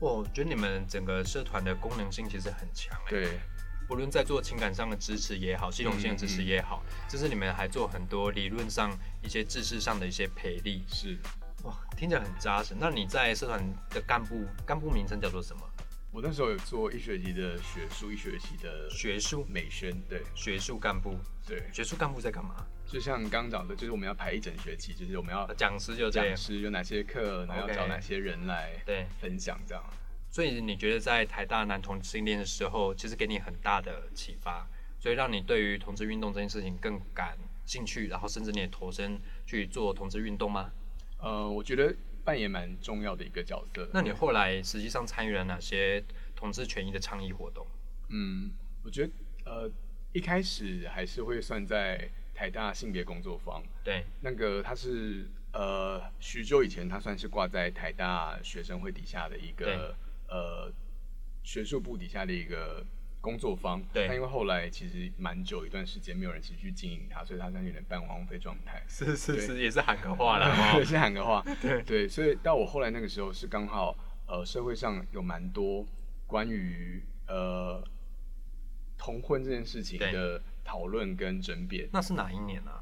我哦觉得你们整个社团的功能性其实很强哎、对，不论在做情感上的支持也好，系统性的支嗯持也好，甚至你们还做很多理论上一些知识上的一些培力，是哇，听起来很扎实。那你在社团的干部，干部名称叫做什么？我那时候有做一学期的学术，一学期的学术美宣，对学术干部，对，学术干部在干嘛？呃就像刚刚讲的，就是我们要排一整学期，就是我们要讲师就这讲样，师有哪些课，然后 OK 要找哪些人来对。分享这样。所以你觉得在台大男同性恋的时候，其实给你很大的启发，所以让你对于同志运动这件事情更感兴趣，然后甚至你也投身去做同志运动吗？呃，我觉得扮演蛮重要的一个角色。那你后来实际上参与了哪些同志权益的倡议活动？嗯，我觉得呃一开始还是会算在台大性别工作坊， 对，那个它是呃许久以前它算是挂在台大学生会底下的一个呃学术部底下的一个工作坊，对但因为后来其实蛮久一段时间没有人持续经营它，所以它现在有点半荒废状 态。是是对是，也是喊个话啦。 哦对，是喊个话。对对，所以到我后来那个时候是刚好，呃，社会上有蛮多关于呃同婚这件事情对的讨论跟争辩。那是哪一年啊？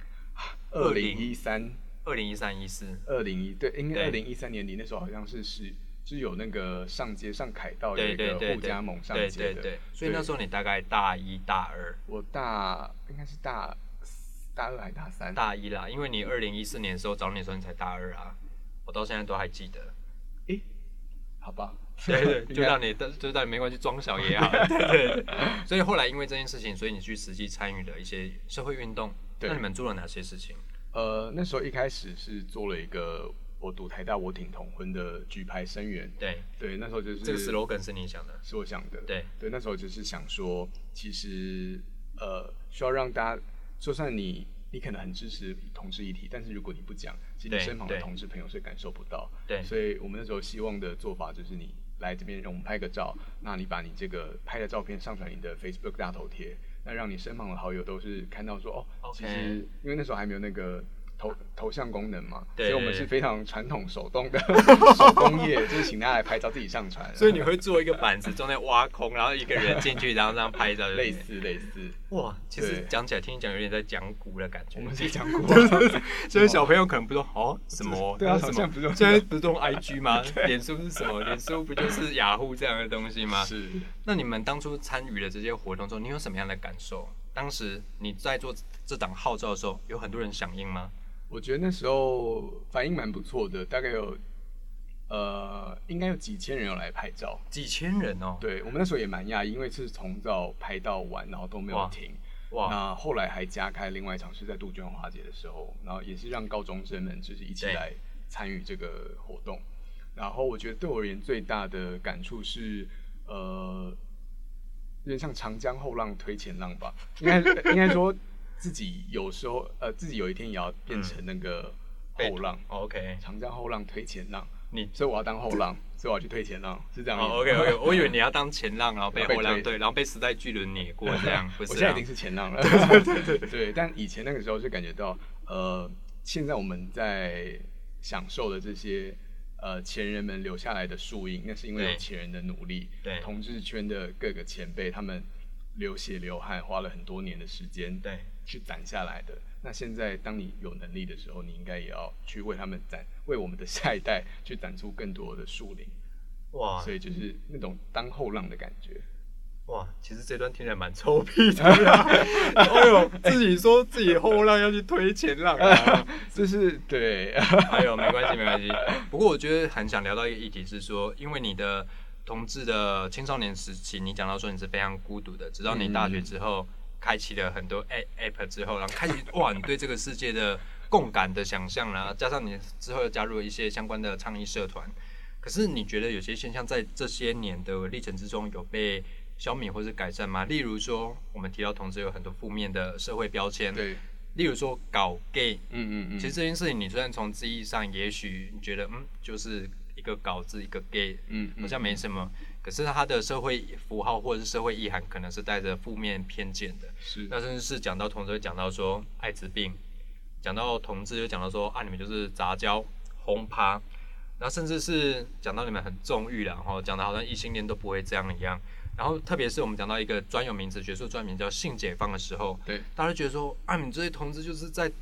二零一三，二零一三一四。二零一对，应该二对零一三年底那时候好像是是就是有那个上街上凯道哦有对一对个对互对加盟上对街对的。对，所以那时候你大概大一大二，我大应该是大大二还大三，大一啦，因为你二零一四年的时候找你的时候你才大二啊，我到现在都还记得。好吧？ 对对，应就该让你就让你没关系装小 也好。对对对。所以后来因为这件事情，所以你去实际参与了一些社会运动。对那你们做了哪些事情？呃，那时候一开始是做了一个我读台大我挺同婚的举牌声援，对，对，那时候就是这个 slogan 是你想的。是我想的，对对，那时候就是想说，其实呃需要让大家，就算你你可能很支持同志议题，但是如果你不讲，其实你对身旁对的同志朋友是感受不到，对所以我们那时候希望的做法就是你来这边让我们拍个照，那你把你这个拍的照片上传你的 Facebook 大头贴，那让你身旁的好友都是看到说哦 OK 其实因为那时候还没有那个。头头像功能嘛，对所以我们对是对非常传统手 动的手工业，就是请大家来拍照自己上传。所以你会做一个板子，中间挖空，然后一个人进去，然后这样拍照， 类。似类似，哇，其实对讲起来听一讲有点在讲古的感觉。我们 在讲过，所以小朋友可能不知道哦，什么？对啊那什么好像不是现在不是都用 IG 吗？脸书是什么？脸书不就是雅虎这样的东西吗？是那你们当初参与了这些活动之后，你有什么样的感受？当时你在做这档号召的时候，有很多人响应吗？我觉得那时候反应蛮不错的，大概有呃，应该有几千人有来拍照。几千人哦！对我们那时候也蛮讶异，因为是从早拍到晚，然后都没哇有停。哇，那后来还加开另外一场是在杜鹃花节的时候，然后也是让高中生们就是一起对来参与这个活动。然后我觉得对我而言最大的感触是，呃，有点像长江后浪推前浪吧，应 该应该说自己有时候呃自己有一天也要变成那个嗯被后浪，哦 OK，长江后浪推前浪，你所以我要当后浪，所以我要去推前浪，是这样意思。哦 OK OK，我以为你要当前浪，然后被被后浪推对，然后被时代巨轮碾过这样，不我是现在啊 已？经是前浪了。对对对但以前那个时候是感觉到，呃，现在我们在享受的这些呃前人们留下来的树荫，那是因为对有前人的努力，对同志圈的各个前辈他们流血流汗，花了很多年的时间，对，去攒下来的。那现在当你有能力的时候，你应该也要去为他们攒，为我们的下一代去攒出更多的树林，哇所以就是那种当后浪的感觉。哇，其实这段听起来蛮臭屁的啦。哎呦，自己说自己后浪要去推前浪 啊！就是对，哎呦，没关系，没关系。不过我觉得很想聊到一个议题是说，因为你的同志的青少年时期，你讲到说你是非常孤独的，直到你大学之后、开启了很多 A- app 之后，然后开启哇，你对这个世界的共感的想象啦，加上你之后又加入了一些相关的倡议社团。可是你觉得有些现象在这些年的历程之中有被消弭或是改善吗？例如说，我们提到同志有很多负面的社会标签，对，例如说搞 gay，嗯嗯嗯，其实这件事情，你虽然从字义上，也许你觉得嗯，就是一个“搞”字，一个 “gay”，嗯嗯好像没什么。可是它的社会符号或者是社会意涵，可能是带着负面偏见的。是那甚至是讲到同志，会讲到说艾滋病，讲到同志就讲到说啊，你们就是杂交、轰趴。然后甚至是讲到你们很纵欲了，然后讲的好像异性恋都不会这样一样。然后特别是我们讲到一个专有名词，学术专名叫性解放的时候，对，大家就觉得说啊，你们这些同志就是在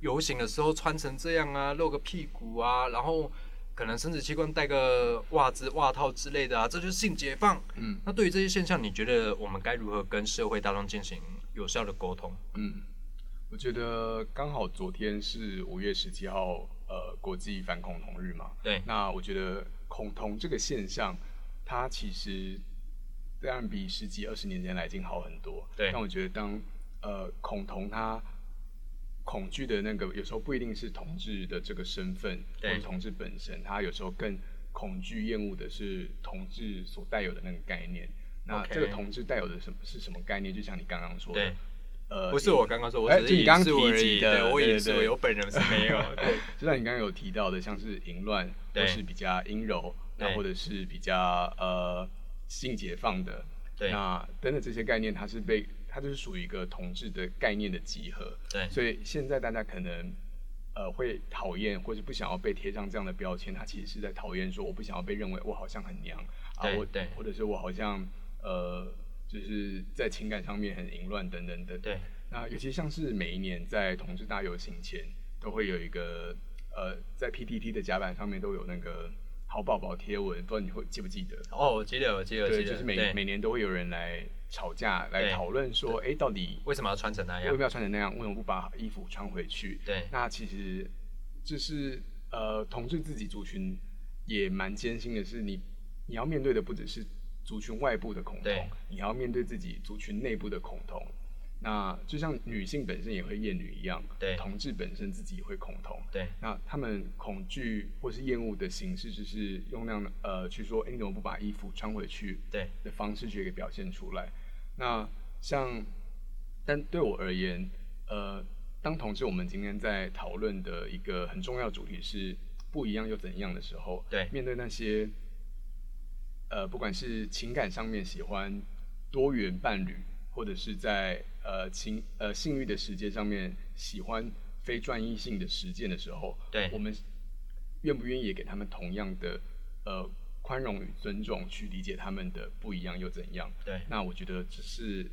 游行的时候穿成这样啊，露个屁股啊，然后可能生殖器官带个袜子、袜套之类的啊，这就是性解放。嗯那对于这些现象，你觉得我们该如何跟社会大众进行有效的沟通？嗯，我觉得刚好昨天是五月十七号，呃，国际反恐同日嘛。对，那我觉得恐同这个现象，它其实当然比十几二十年前来已经好很多。对但我觉得当呃恐同它恐惧的那个，有时候不一定是同志的这个身份，或对者同志本身，它有时候更恐惧厌恶的是同志所带有的那个概念。那 OK 这个同志带有的什么是什么概念？就像你刚刚说的对，呃，不是我刚刚说，我哎只就是你引刚述提而及已。的对，我对引述对而已，我本人是没有。 对，就像你刚刚有提到的，像是淫乱，对或是比较阴柔，那对或者是比较呃性解放的，对那等等这些概念，它是被它就是属于一个同志的概念的集合，对所以现在大家可能呃会讨厌或是不想要被贴上这样的标签，它其实是在讨厌说我不想要被认为我好像很娘啊，对我对或者是我好像呃就是在情感上面很淫乱等等等，对，那尤其像是每一年在同志大游行前，都会有一个呃，在 PTT 的甲板上面都有那个好宝宝贴文，不知道你会记不记得？哦，我记得，我记得，我记对，得，就是每对每年都会有人来吵架，来对哎讨论说，哎、到底为什么要穿成那为什样么？要穿成那样？为什么不把衣服穿回去？对那其实就是呃，同志自己族群也蛮艰辛的是你，你要面对的不只是族群外部的恐对同，你还要面对自己族群内部的恐同。那就像女性本身也会厌女一样，对同志本身自己也会恐同。对那他们恐惧或是厌恶的形式，就是用那样的呃去说，哎、你怎么不把衣服穿回去？对的方式去给表现出来。那像，但对我而言，呃，当同志我们今天在讨论的一个很重要的主题是不一样又怎样的时候，对面对那些，呃，不管是情感上面喜欢多元伴侣，或者是在呃情呃性欲的世界上面喜欢非专一性的实践的时候，对我们愿不愿意也给他们同样的呃宽容与尊重，去理解他们的不一样又怎样？对那我觉得这是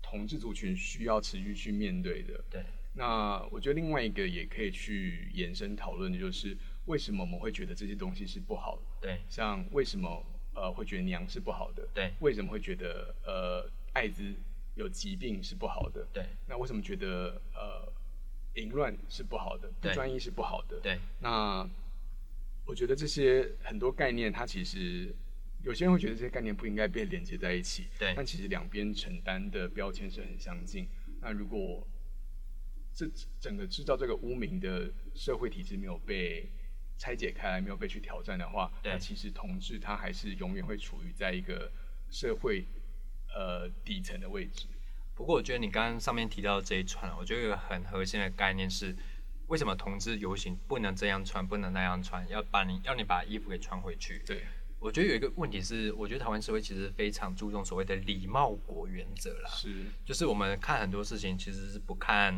同志族群需要持续去面对的。对那我觉得另外一个也可以去延伸讨论的就是，为什么我们会觉得这些东西是不好的？对像为什么呃会觉得娘是不好的？对为什么会觉得呃艾滋有疾病是不好的？对那为什么觉得呃淫乱是不好的，不对专一是不好的？对那我觉得这些很多概念，它其实有些人会觉得这些概念不应该被连接在一起，对但其实两边承担的标签是很相近。那如果这整个制造这个污名的社会体制没有被拆解开来，没有被去挑战的话，对那其实同志他还是永远会处于在一个社会呃底层的位置。不过我觉得你刚刚上面提到的这一串啊，我觉得有一个很核心的概念是，为什么同志游行不能这样穿，不能那样穿，要把你要你把衣服给穿回去？对，我觉得有一个问题是，我觉得台湾社会其实非常注重所谓的礼貌国原则啦，是，就是我们看很多事情其实是不看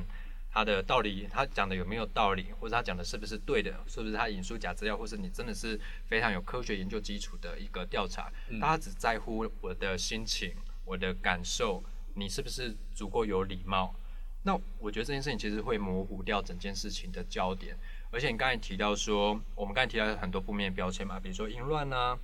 他的道理，他讲的有没有道理，或者他讲的是不是对的，是不是他引述假资料，或是你真的是非常有科学研究基础的一个调查，嗯大家只在乎我的心情、我的感受，你是不是足够有礼貌。那我觉得这件事情其实会模糊掉整件事情的焦点，而且你刚才提到说，我们刚才提到有很多负面标签嘛，比如说淫乱啦、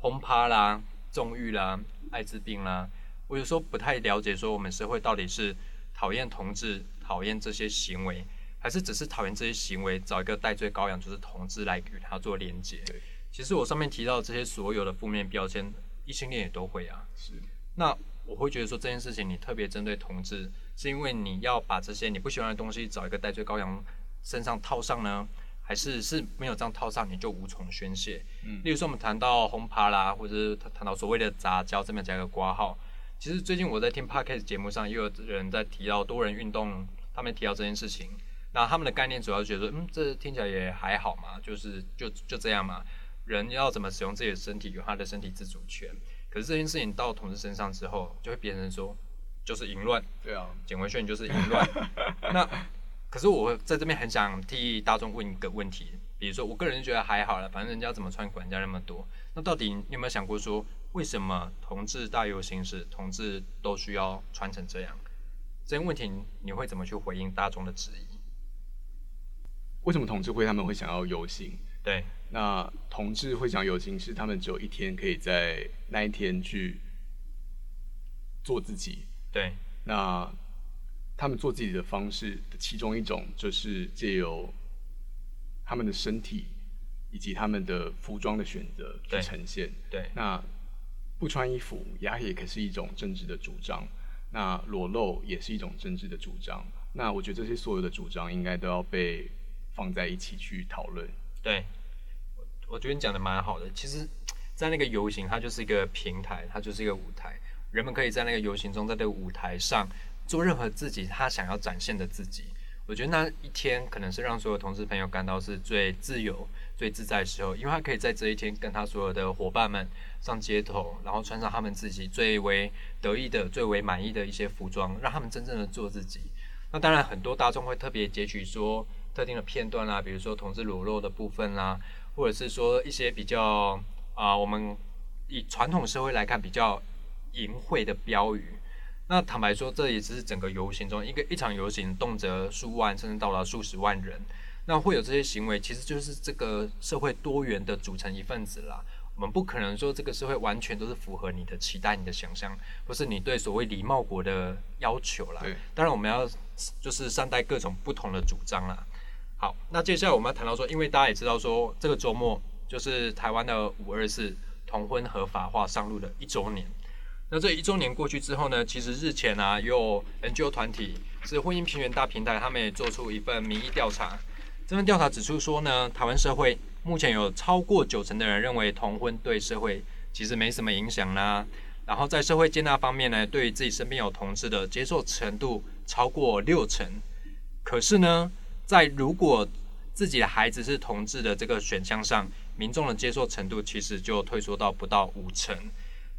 轰趴啦、纵欲啦、艾滋病啦，我有时候不太了解，说我们社会到底是讨厌同志、讨厌这些行为，还是只是讨厌这些行为，找一个代罪羔羊，就是同志来与他做连结对。其实我上面提到的这些所有的负面标签，异性恋也都会啊。是，那我会觉得说这件事情，你特别针对同志，是因为你要把这些你不喜欢的东西找一个戴罪羔羊身上套上呢，还是是没有这样套上你就无从宣泄？嗯例如说我们谈到轰趴啦，或者是谈到所谓的杂交，这边加一个挂号。其实最近我在听 podcast 节目上，也有人在提到多人运动，他们提到这件事情。那他们的概念主要觉得说，嗯，这听起来也还好嘛，就是就就这样嘛。人要怎么使用自己的身体，有他的身体自主权。可是这件事情到同事身上之后，就会变成说，就是淫乱，对啊，简文轩你就是淫乱。那可是我在这边很想替大众问一个问题，比如说，我个人觉得还好了，反正人家怎么穿管家那么多。那到底你有没有想过说，为什么同志大游行时，同志都需要穿成这样？这些问题你会怎么去回应大众的质疑？为什么同志会他们会想要游行？对，那同志会想游行是他们只有一天可以在那一天去做自己。对，那他们做自己的方式的其中一种就是借由他们的身体以及他们的服装的选择去对呈现。对，那不穿衣服也也可是一种政治的主张，那裸露也是一种政治的主张。那我觉得这些所有的主张应该都要被放在一起去讨论。对，我我觉得你讲的蛮好的。其实，在那个游行，它就是一个平台，它就是一个舞台，人们可以在那个游行中，在这个舞台上做任何自己他想要展现的自己。我觉得那一天可能是让所有同事朋友感到是最自由、最自在的时候，因为他可以在这一天跟他所有的伙伴们上街头，然后穿上他们自己最为得意的、最为满意的一些服装，让他们真正的做自己。那当然，很多大众会特别截取说特定的片段啦、比如说同志裸露的部分啦、或者是说一些比较啊、我们以传统社会来看比较淫秽的标语。那坦白说，这也只是整个游行中一个一场游行，动辄数万甚至到达数十万人，那会有这些行为，其实就是这个社会多元的组成一份子啦。我们不可能说这个社会完全都是符合你的期待、你的想象，或是你对所谓礼貌国的要求啦。对，当然我们要就是善待各种不同的主张啦。好，那接下来我们要谈到说，因为大家也知道说，这个周末就是台湾的五二四同婚合法化上路的一周年。那这一周年过去之后呢，其实日前啊，有 NGO 团体是婚姻平权大平台，他们也做出一份民意调查。这份调查指出说呢，台湾社会目前有超过九成的人认为同婚对社会其实没什么影响啊啦。然后在社会接纳方面呢，对于自己身边有同志的接受程度超过六成。可是呢，在如果自己的孩子是同志的这个选项上，民众的接受程度其实就退缩到不到五成。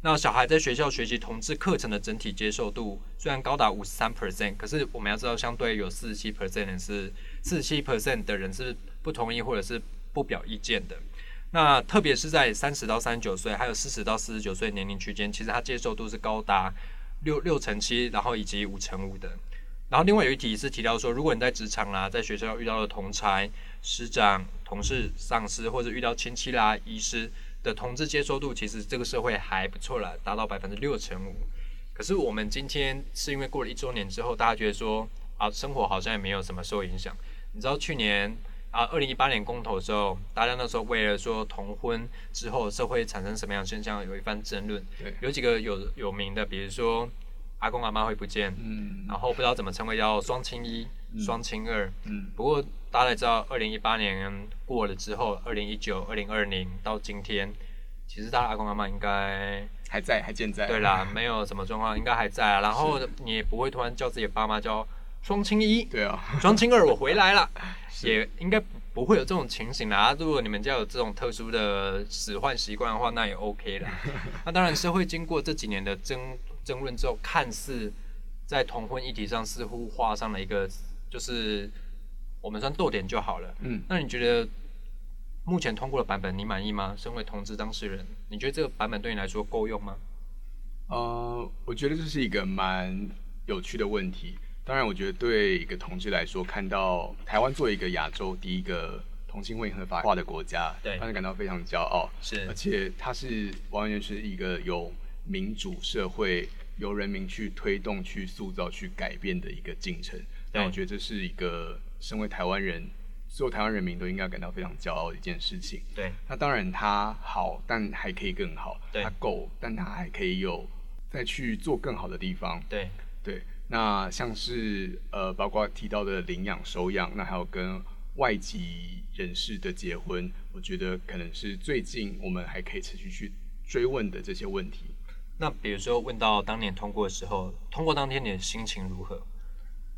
那小孩在学校学习同志课程的整体接受度虽然高达五十三 percent，可是我们要知道，相对有四十七 percent 人是四十七 percent 的人是不同意或者是不表意见的。那特别是在三十到三十九岁，还有四十到四十九岁年龄区间，其实它接受度是高达六六成七，然后以及五成五的。然后另外有一题是提到说，如果你在职场啊啦，在学校遇到的同才、师长、同事、上司，或者遇到亲戚啦、医师的同志接受度，其实这个社会还不错啦，达到百分之六成五。可是我们今天是因为过了一周年之后，大家觉得说啊，生活好像也没有什么受影响。你知道去年啊，二零一八年公投的时候，大家那时候为了说同婚之后社会产生什么样的现象，有一番争论对。有几个有有名的，比如说阿公阿妈会不见，嗯然后不知道怎么称谓叫双亲一、双亲二。嗯，不过大家也知道，二零一八年过了之后，二零一九、二零二零到今天，其实大家阿公阿妈应该还在，还健在。对啦，没有什么状况，应该还在啊。然后你也不会突然叫自己的爸妈叫双亲一、对啊，双亲二，我回来了，也应该不会有这种情形啦。啊如果你们家有这种特殊的使唤习惯的话，那也 OK 啦。那当然，社会经过这几年的争争论之后，看似在同婚议题上似乎画上了一个，就是我们算逗点就好了。嗯，那你觉得目前通过的版本你满意吗？身为同志当事人，你觉得这个版本对你来说够用吗？呃，我觉得这是一个蛮有趣的问题。当然，我觉得对一个同志来说，看到台湾作为一个亚洲第一个同性婚姻合法化的国家，对让人感到非常骄傲。是而且它是完全是一个由民主社会、由人民去推动、去塑造、去改变的一个进程。那我觉得这是一个身为台湾人，所有台湾人民都应该感到非常骄傲的一件事情。对那当然它好，但还可以更好；对它够，但它还可以有再去做更好的地方。对对，那像是呃，包括提到的领养、收养，那还有跟外籍人士的结婚，我觉得可能是最近我们还可以持续去追问的这些问题。那比如说问到当年通过的时候，通过当天你的心情如何？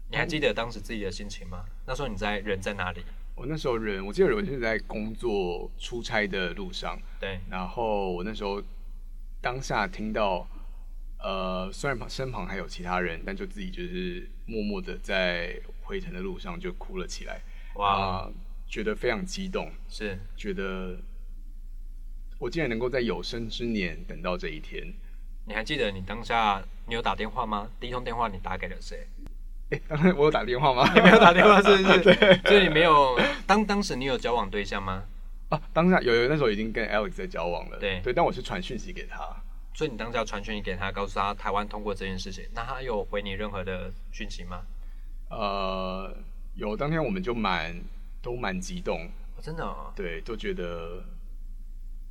你还记得当时自己的心情吗？那时候你在人在哪里？我那时候人，我记得我是在工作出差的路上，对然后我那时候当下听到，呃，虽然旁身旁还有其他人，但就自己就是默默的在回程的路上就哭了起来。哇哦啊觉得非常激动，是觉得我竟然能够在有生之年等到这一天。 你还记得你当下你有打电话吗？第一通电话你打给了谁？哎、当然我有打电话吗？你没有打电话是 不是？所以你没有当当时你有交往对象吗？啊，当下有有那时候已经跟 Alex 在交往了，对对，但我是传讯息给他，所以你当下传讯息给他，告诉他台湾通过这件事情，那他有回你任何的讯息吗？呃，有当天我们就蛮都蛮激动，哦、真的、哦，对，都觉得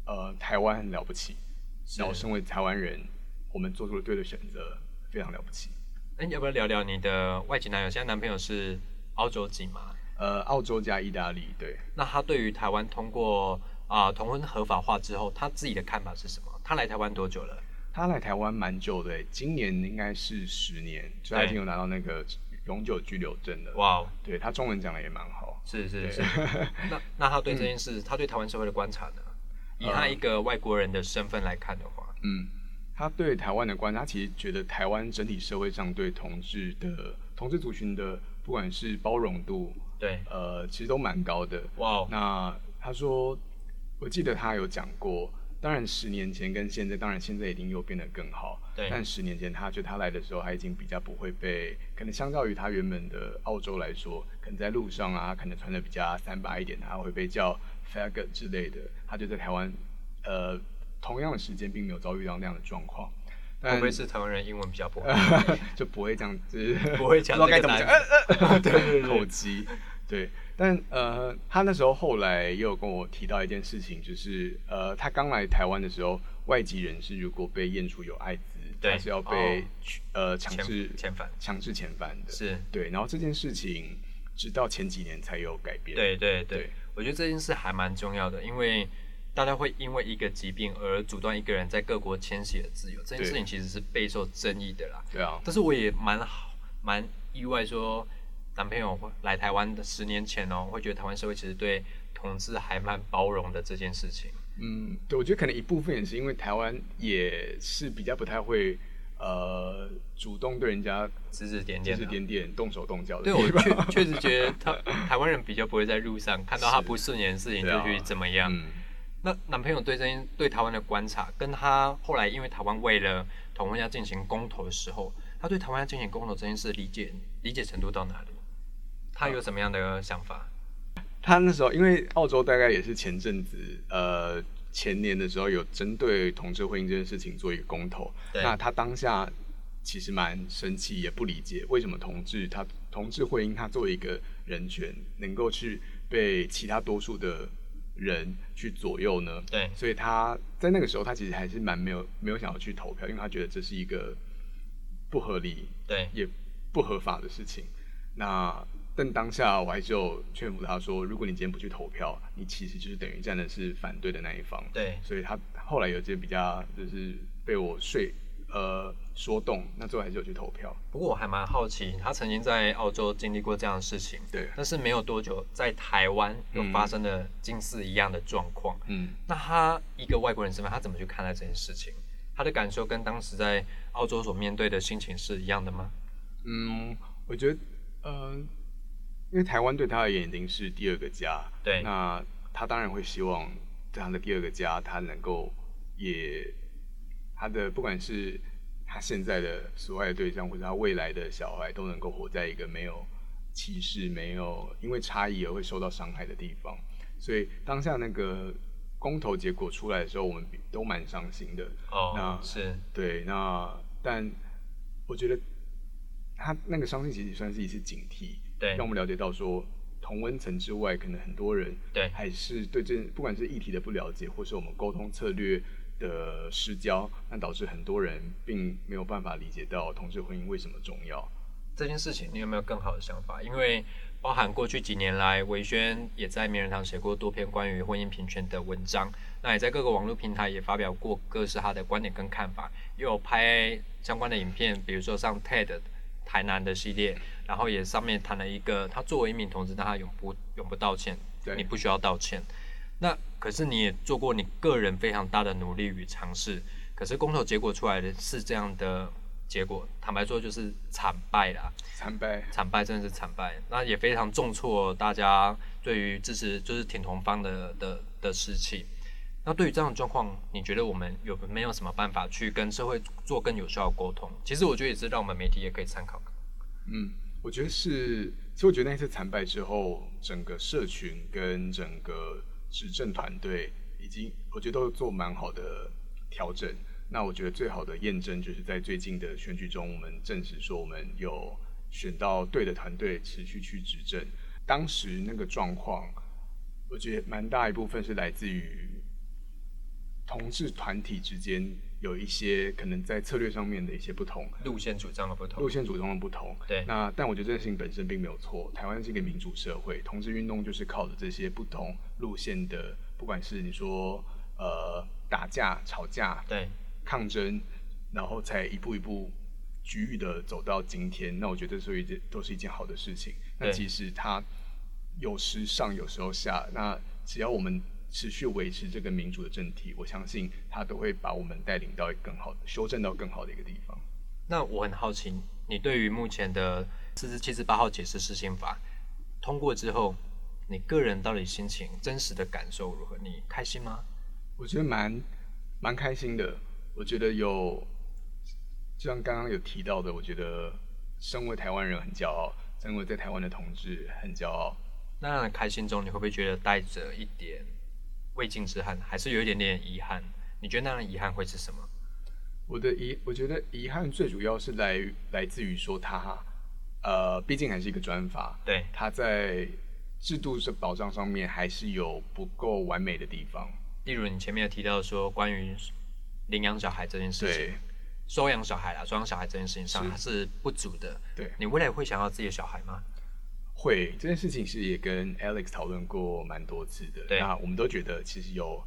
呃台湾很了不起，是然后身为台湾人，我们做出了对的选择，非常了不起。哎、你要不要聊聊你的外籍男友？现在男朋友是澳洲籍嘛？呃，澳洲加意大利，对，那他对于台湾通过啊、同婚合法化之后，他自己的看法是什么？他来台湾多久了？他来台湾蛮久的欸，今年应该是十年，就他已对经有拿到那个永久居留证了。哇哦，对他中文讲的也蛮好，是是对嗯是。那那他对这件事，他对台湾社会的观察呢？以他一个外国人的身份来看的话，嗯，他对台湾的观察，他其实觉得台湾整体社会上对同志的同志族群的，不管是包容度，对，呃，其实都蛮高的。哇哦，那他说，我记得他有讲过，当然十年前跟现在，当然现在一定又变得更好。对但十年前他觉得他来的时候，他已经比较不会被，可能相较于他原本的澳洲来说，可能在路上啊，可能穿的比较三八一点，他会被叫 faggot 之类的。他就在台湾，呃，同样的时间并没有遭遇到那样的状况。会但不会是台湾人英文比较不好？就不会这样子，不会讲嗯不知道这个该怎么单讲，词 呃呃，对对对，口疾，对。但呃，他那时候后来也有跟我提到一件事情，就是呃，他刚来台湾的时候，外籍人士如果被验出有艾滋，对他是要被、哦呃强遣制遣返强制遣返的，是，对。然后这件事情直到前几年才有改变，对对对对，我觉得这件事还蛮重要的，因为大家会因为一个疾病而阻断一个人在各国迁徙的自由，这件对事情其实是备受争议的啦。对啊，但是我也蛮好，蛮意外说，男朋友会来台湾的十年前哦，会觉得台湾社会其实对同志还蛮包容的这件事情。嗯，对，我觉得可能一部分也是因为台湾也是比较不太会呃主动对人家指指点指点指的，点点、动手动脚的对地我方 确确实觉得他台湾人比较不会在路上看到他不顺眼的事情对就啊去怎么样。嗯，那男朋友对这件对台湾的观察，跟他后来因为台湾为了同婚要进行公投的时候，他对台湾要进行公投这件事理解理解程度到哪里？他有什么样的想法？他那时候因为澳洲大概也是前阵子，呃，前年的时候有针对同志婚姻这件事情做一个公投，对那他当下其实蛮生气，也不理解为什么同志他同志婚姻他作为一个人权，能够去被其他多数的人去左右呢？对所以他在那个时候，他其实还是蛮没有没有想要去投票，因为他觉得这是一个不合理对也不合法的事情。那但当下我还是有劝服他说，如果你今天不去投票，你其实就是等于站的是反对的那一方。对所以他后来有些比较就是被我说呃说动，那最后还是有去投票。不过我还蛮好奇，他曾经在澳洲经历过这样的事情，对，但是没有多久在台湾又嗯发生了近似一样的状况。嗯，那他一个外国人身份，他怎么去看待这件事情？他的感受跟当时在澳洲所面对的心情是一样的吗？嗯，我觉得，呃，因为台湾对他而言已经是第二个家，对那他当然会希望在他的第二个家，他能够也他的不管是他现在的所爱的对象，或者他未来的小孩，都能够活在一个没有歧视、没有因为差异而会受到伤害的地方。所以当下那个公投结果出来的时候，我们都蛮伤心的。哦，那是对，那但我觉得他那个伤心其实算是一次警惕，对让我们了解到说，同温层之外，可能很多人对还是对这不管是议题的不了解，或是我们沟通策略的失焦，那导致很多人并没有办法理解到同志婚姻为什么重要。这件事情，你有没有更好的想法？因为包含过去几年来，维轩也在名人堂写过多篇关于婚姻平权的文章，那也在各个网络平台也发表过各式他的观点跟看法，也有拍相关的影片，比如说上 TED 台南的系列，然后也上面谈了一个，他作为一名同志，但他永不永不道歉，对你不需要道歉。那可是你也做过你个人非常大的努力与尝试，可是公投结果出来的是这样的结果，坦白说就是惨败啦。惨败，惨败，真的是惨败。那也非常重挫大家对于支持就是挺同方的的的士气。那对于这样的状况，你觉得我们有没有什么办法去跟社会做更有效的沟通？其实我觉得也是让我们媒体也可以参考。嗯，我觉得是，其实我觉得那次惨败之后，整个社群跟整个执政团队已经，我觉得都做蛮好的调整。那我觉得最好的验证就是在最近的选举中，我们证实说我们有选到对的团队持续去执政。当时那个状况，我觉得蛮大一部分是来自于同志团体之间有一些可能在策略上面的一些不同。路线主张的不同，路线主张的不同。对那但我觉得这件事情本身并没有错。台湾是一个民主社会，同志运动就是靠着这些不同路线的，不管是你说呃打架、吵架、对抗争，然后才一步一步局域的走到今天。那我觉得这是一件都是一件好的事情。那对即使它有时上，有时候下，那只要我们持续维持这个民主的政体，我相信它都会把我们带领到一个更好的、修正到更好的一个地方。那我很好奇，你对于目前的四十七十八号解释施行法通过之后，你个人到底心情真实的感受如何？你开心吗？我觉得蛮蛮开心的。我觉得有，就像刚刚有提到的，我觉得身为台湾人很骄傲，身为在台湾的同志很骄傲。那开心中，你会不会觉得带着一点未尽之憾，还是有一点点遗憾？你觉得那样的遗憾会是什么？我的遗，我觉得遗憾最主要是来来自于说他，呃，毕竟还是一个专法，对，他在制度的保障上面还是有不够完美的地方。例如你前面有提到说关于领养小孩这件事对情，收养小孩啦，收养小孩这件事情上它是不足的。对，你未来会想要自己的小孩吗？会这件事情是也跟 Alex 讨论过蛮多次的。对那我们都觉得其实有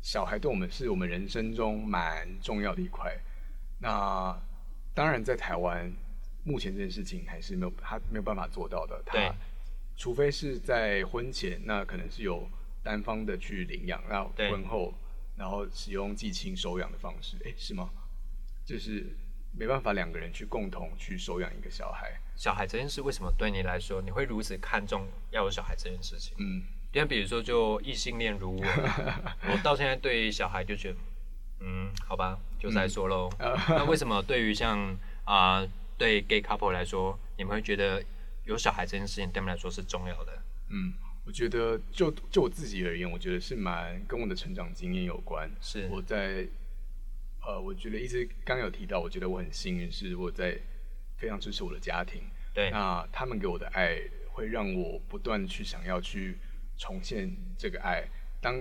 小孩对我们是我们人生中蛮重要的一块。那当然在台湾，目前这件事情还是没有他没有办法做到的。对他除非是在婚前，那可能是有单方的去领养，那对婚后然后使用寄亲收养的方式，诶，是吗？就是没办法两个人去共同去收养一个小孩。小孩这件事为什么对你来说，你会如此看重要有小孩这件事情？嗯，因为比如说，就异性恋如我， 我到现在对小孩就觉得，嗯，好吧，就再说喽。 那为什么对于像啊、对 gay couple 来说，你们会觉得有小孩这件事情对你们来说是重要的？嗯，我觉得就就我自己而言，我觉得是蛮跟我的成长经验有关。是我在呃，我觉得一直刚有提到，我觉得我很幸运，是我在非常支持我的家庭，对那他们给我的爱会让我不断去想要去重现这个爱。当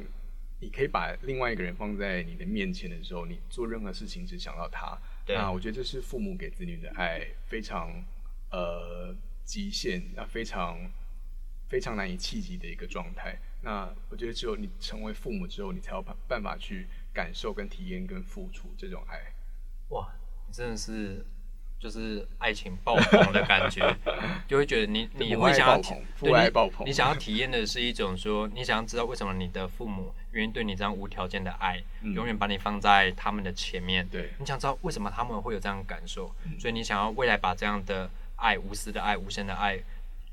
你可以把另外一个人放在你的面前的时候，你做任何事情只想到他。对那我觉得这是父母给子女的爱非常呃极限，那非常非常难以企及的一个状态。那我觉得只有你成为父母之后，你才有办办法去感受、跟体验、跟付出这种爱。哇，你真的是就是爱情爆棚的感 觉，就会觉得你你会想要体父对爱爆棚父爱你爆棚你想要体验的是一种说，你想要知道为什么你的父母愿意对你这样无条件的爱，嗯永远把你放在他们的前面。对你想知道为什么他们会有这样的感受，所以你想要未来把这样的爱、无私的爱、无限的爱，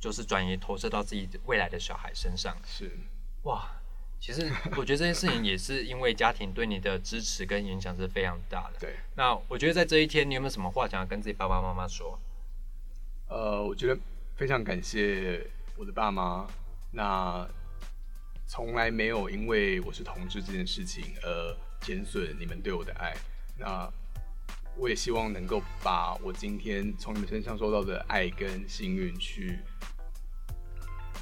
就是转移投射到自己未来的小孩身上。是，哇，其实我觉得这件事情也是因为家庭对你的支持跟影响是非常大的。对。那我觉得在这一天，你有没有什么话想要跟自己爸爸妈妈说？呃，我觉得非常感谢我的爸妈，那从来没有因为我是同志这件事情而减损你们对我的爱。那我也希望能够把我今天从你们身上收到的爱跟幸运，去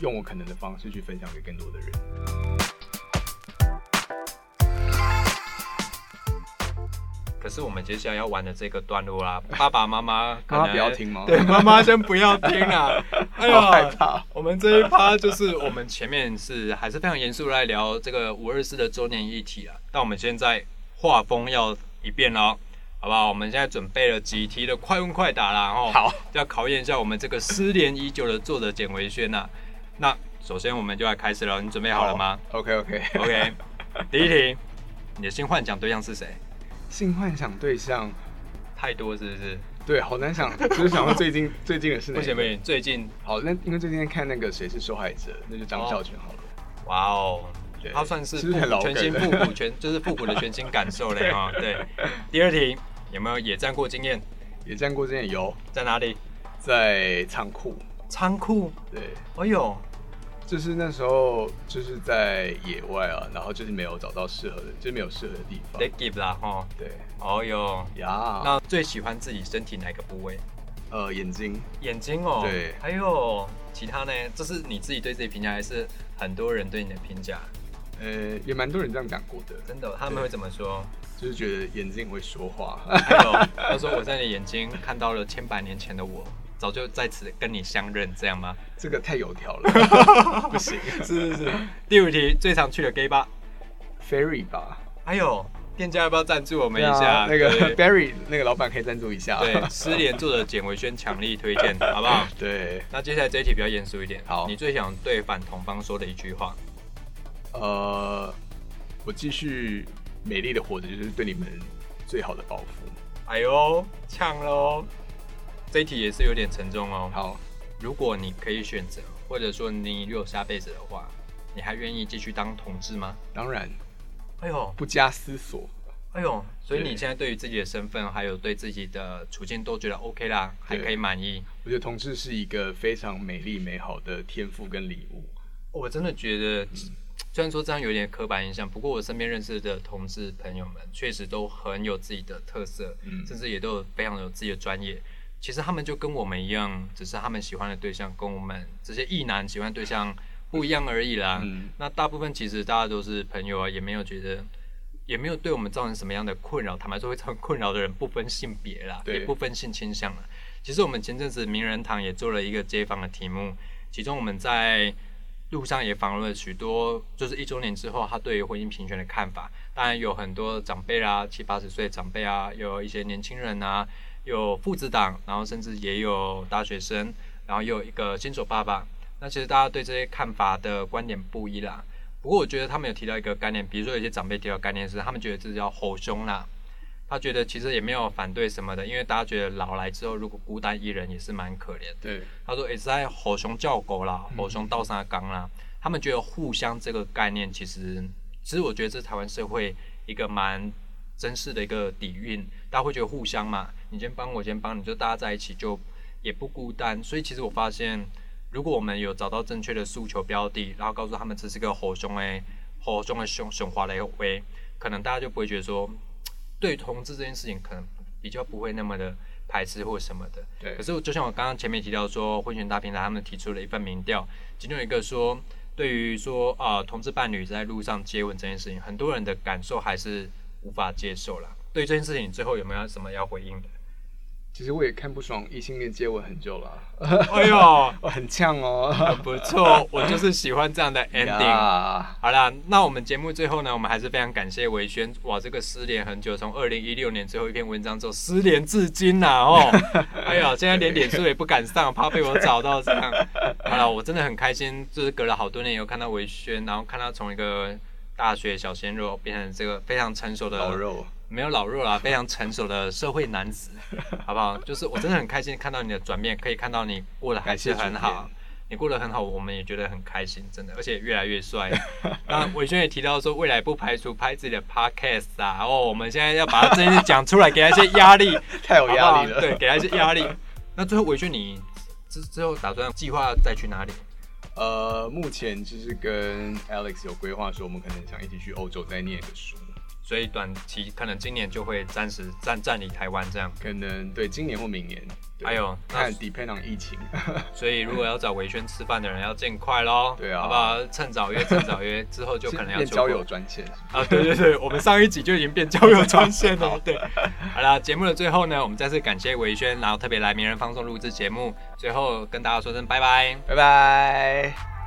用我可能的方式去分享给更多的人。可是我们接下来要玩的这个段落啦，爸爸妈妈 可能妈妈不要听吗对，妈妈先不要听 啊！哎好害呀，怕。我们这一趴就是我们前面是还是非常严肃来聊这个五二四的周年议题啊，但我们现在画风要一变喽，好不好？我们现在准备了几题的快问快答啦，哦，好，要考验一下我们这个失联已久的作者简维轩呐、那首先我们就来开始了，你准备好了吗？ ？OK OK。 OK，第一 题，你的新幻想对象是谁？性幻想对象太多是不是？对，好难想，就是想到最近最近的是哪不一个行不行，最近好，那因为最近在看那个谁是受害者，那就张哦孝全好了。哇哦对，他算是是不是复很老全新梗复 古全就是复古的全新感受 嘞哈。对，第二题有没有野战过经验？也战过之前有在哪里？在仓库，仓库？对，哎呦，就是那时候就是在野外啊，然后就是没有找到适合的，就是没有适合的地方得。give 啦哈。对哦呦，呀，那最喜欢自己身体哪个部位？呃眼睛，眼睛哦。对还有其他呢？这是你自己对自己评价，还是很多人对你的评价？呃也蛮多人这样讲过的，真的，他们会怎么 说？就是觉得眼睛会说话。 还有，他说我在你的眼睛看到了千百年前的我，早就在此跟你相认，这样吗？这个太油条了， 不 行。是是是。第五题，最常去的 gay 吧。 Ferry 吧，还有哎店家要不要赞助我们对一啊下？那个对 Ferry 那个老板可以赞助一下。对，失联作者简维轩强力推 荐，好不好？ 对，那接下来这一题比较严肃一点。好你最想对反同方说的一句话？呃，我继续美丽的活着，就是对你们最好的报复。哎呦，呛喽！这一题也是有点沉重哦。，好，如果你可以选择，或者说你有下辈子的话，你还愿意继续当同志吗？当然哎呦，不加思索，哎呦，所以对你现在对于自己的身份，还有对自己的处境都觉得 OK 啦，还对可以满意。我觉得同志是一个非常美丽美好的天赋跟礼物。我真的觉得，虽然说这样有点刻板印象，不过我身边认识的同志朋友们，确实都很有自己的特色，嗯甚至也都有非常有自己的专业。其实他们就跟我们一样，只是他们喜欢的对象跟我们这些异男喜欢的对象不一样而已啦。嗯那大部分其实大家都是朋友啊，也没有觉得，也没有对我们造成什么样的困扰。坦白说，会造成困扰的人不分性别啦，对也不分性倾向啦。其实我们前阵子名人堂也做了一个街访的题目，其中我们在路上也访问了许多，就是一周年之后他对于婚姻平权的看法。当然有很多长辈啊，七八十岁的长辈啊，有一些年轻人啊，有父子档，然后甚至也有大学生，然后也有一个新手爸爸。那其实大家对这些看法的观点不一啦。不过我觉得他们有提到一个概念，比如说有些长辈提到的概念是，他们觉得这叫“吼凶”啦。他觉得其实也没有反对什么的，因为大家觉得老来之后如果孤单一人也是蛮可怜的。对，他说也是在吼熊叫狗啦，吼熊倒沙缸啦，他们觉得互相这个概念，其实其实我觉得这是台湾社会一个蛮真实的一个底蕴，大家会觉得互相嘛，你先帮我，先帮你，就大家在一起就也不孤单。所以其实我发现，如果我们有找到正确的诉求标的，然后告诉他们这是个吼熊诶，吼熊的熊熊华雷威，可能大家就不会觉得说，对同志这件事情可能比较不会那么的排斥或什么的。对可是我就像我刚刚前面提到说，婚选大平台他们提出了一份民调，其中有一个说，对于说啊、呃同志伴侣在路上接吻这件事情，很多人的感受还是无法接受啦。对于这件事情，你最后有没有什么要回应的？其实我也看不爽异性恋接吻很久了， 哎呦，我很呛哦。很不错，我就是喜欢这样的 ending。呀好啦，那我们节目最后呢，我们还是非常感谢维轩，哇，这个失联很久，从二零一六年最后一篇文章之后失联至今呐、 哦，哎呀，现在连脸书也不敢上，怕被我找到这样。好了，我真的很开心，就是隔了好多年以后看到维轩，然后看他从一个大学小鲜肉变成这个非常成熟的老肉，没有老弱啦，非常成熟的社会男子，好不好？就是我真的很开心看到你的转变，可以看到你过得还是很感谢好主，你过得很好，我们也觉得很开心，真的，而且越来越 帅。那伟轩也提到说，未来不排除拍自己的 podcast 啊，哦，我们现在要把他这件事讲出来，给他一些压力， 太 有压好力不了。好对，，给他一些压力。那最后伟轩，你之之后打算计划再去哪里？呃，目前就是跟 Alex 有规划说，我们可能想一起去欧洲再念一个书，所以短期可能今年就会暂时暂暂离台湾这样。可能对今年或明年。对哎呦那看 depend on 疫情。所以如果要找维轩吃饭的人要尽快喽，对啊好不好？趁早约，趁早约，之后就可能要 变错交过友专线。啊，对对对，我们上一集就已经变交友专线了。对，好啦，节目的最后呢，我们再次感谢维轩，然后特别来名人放送录制节目，最后跟大家说声拜拜。拜拜。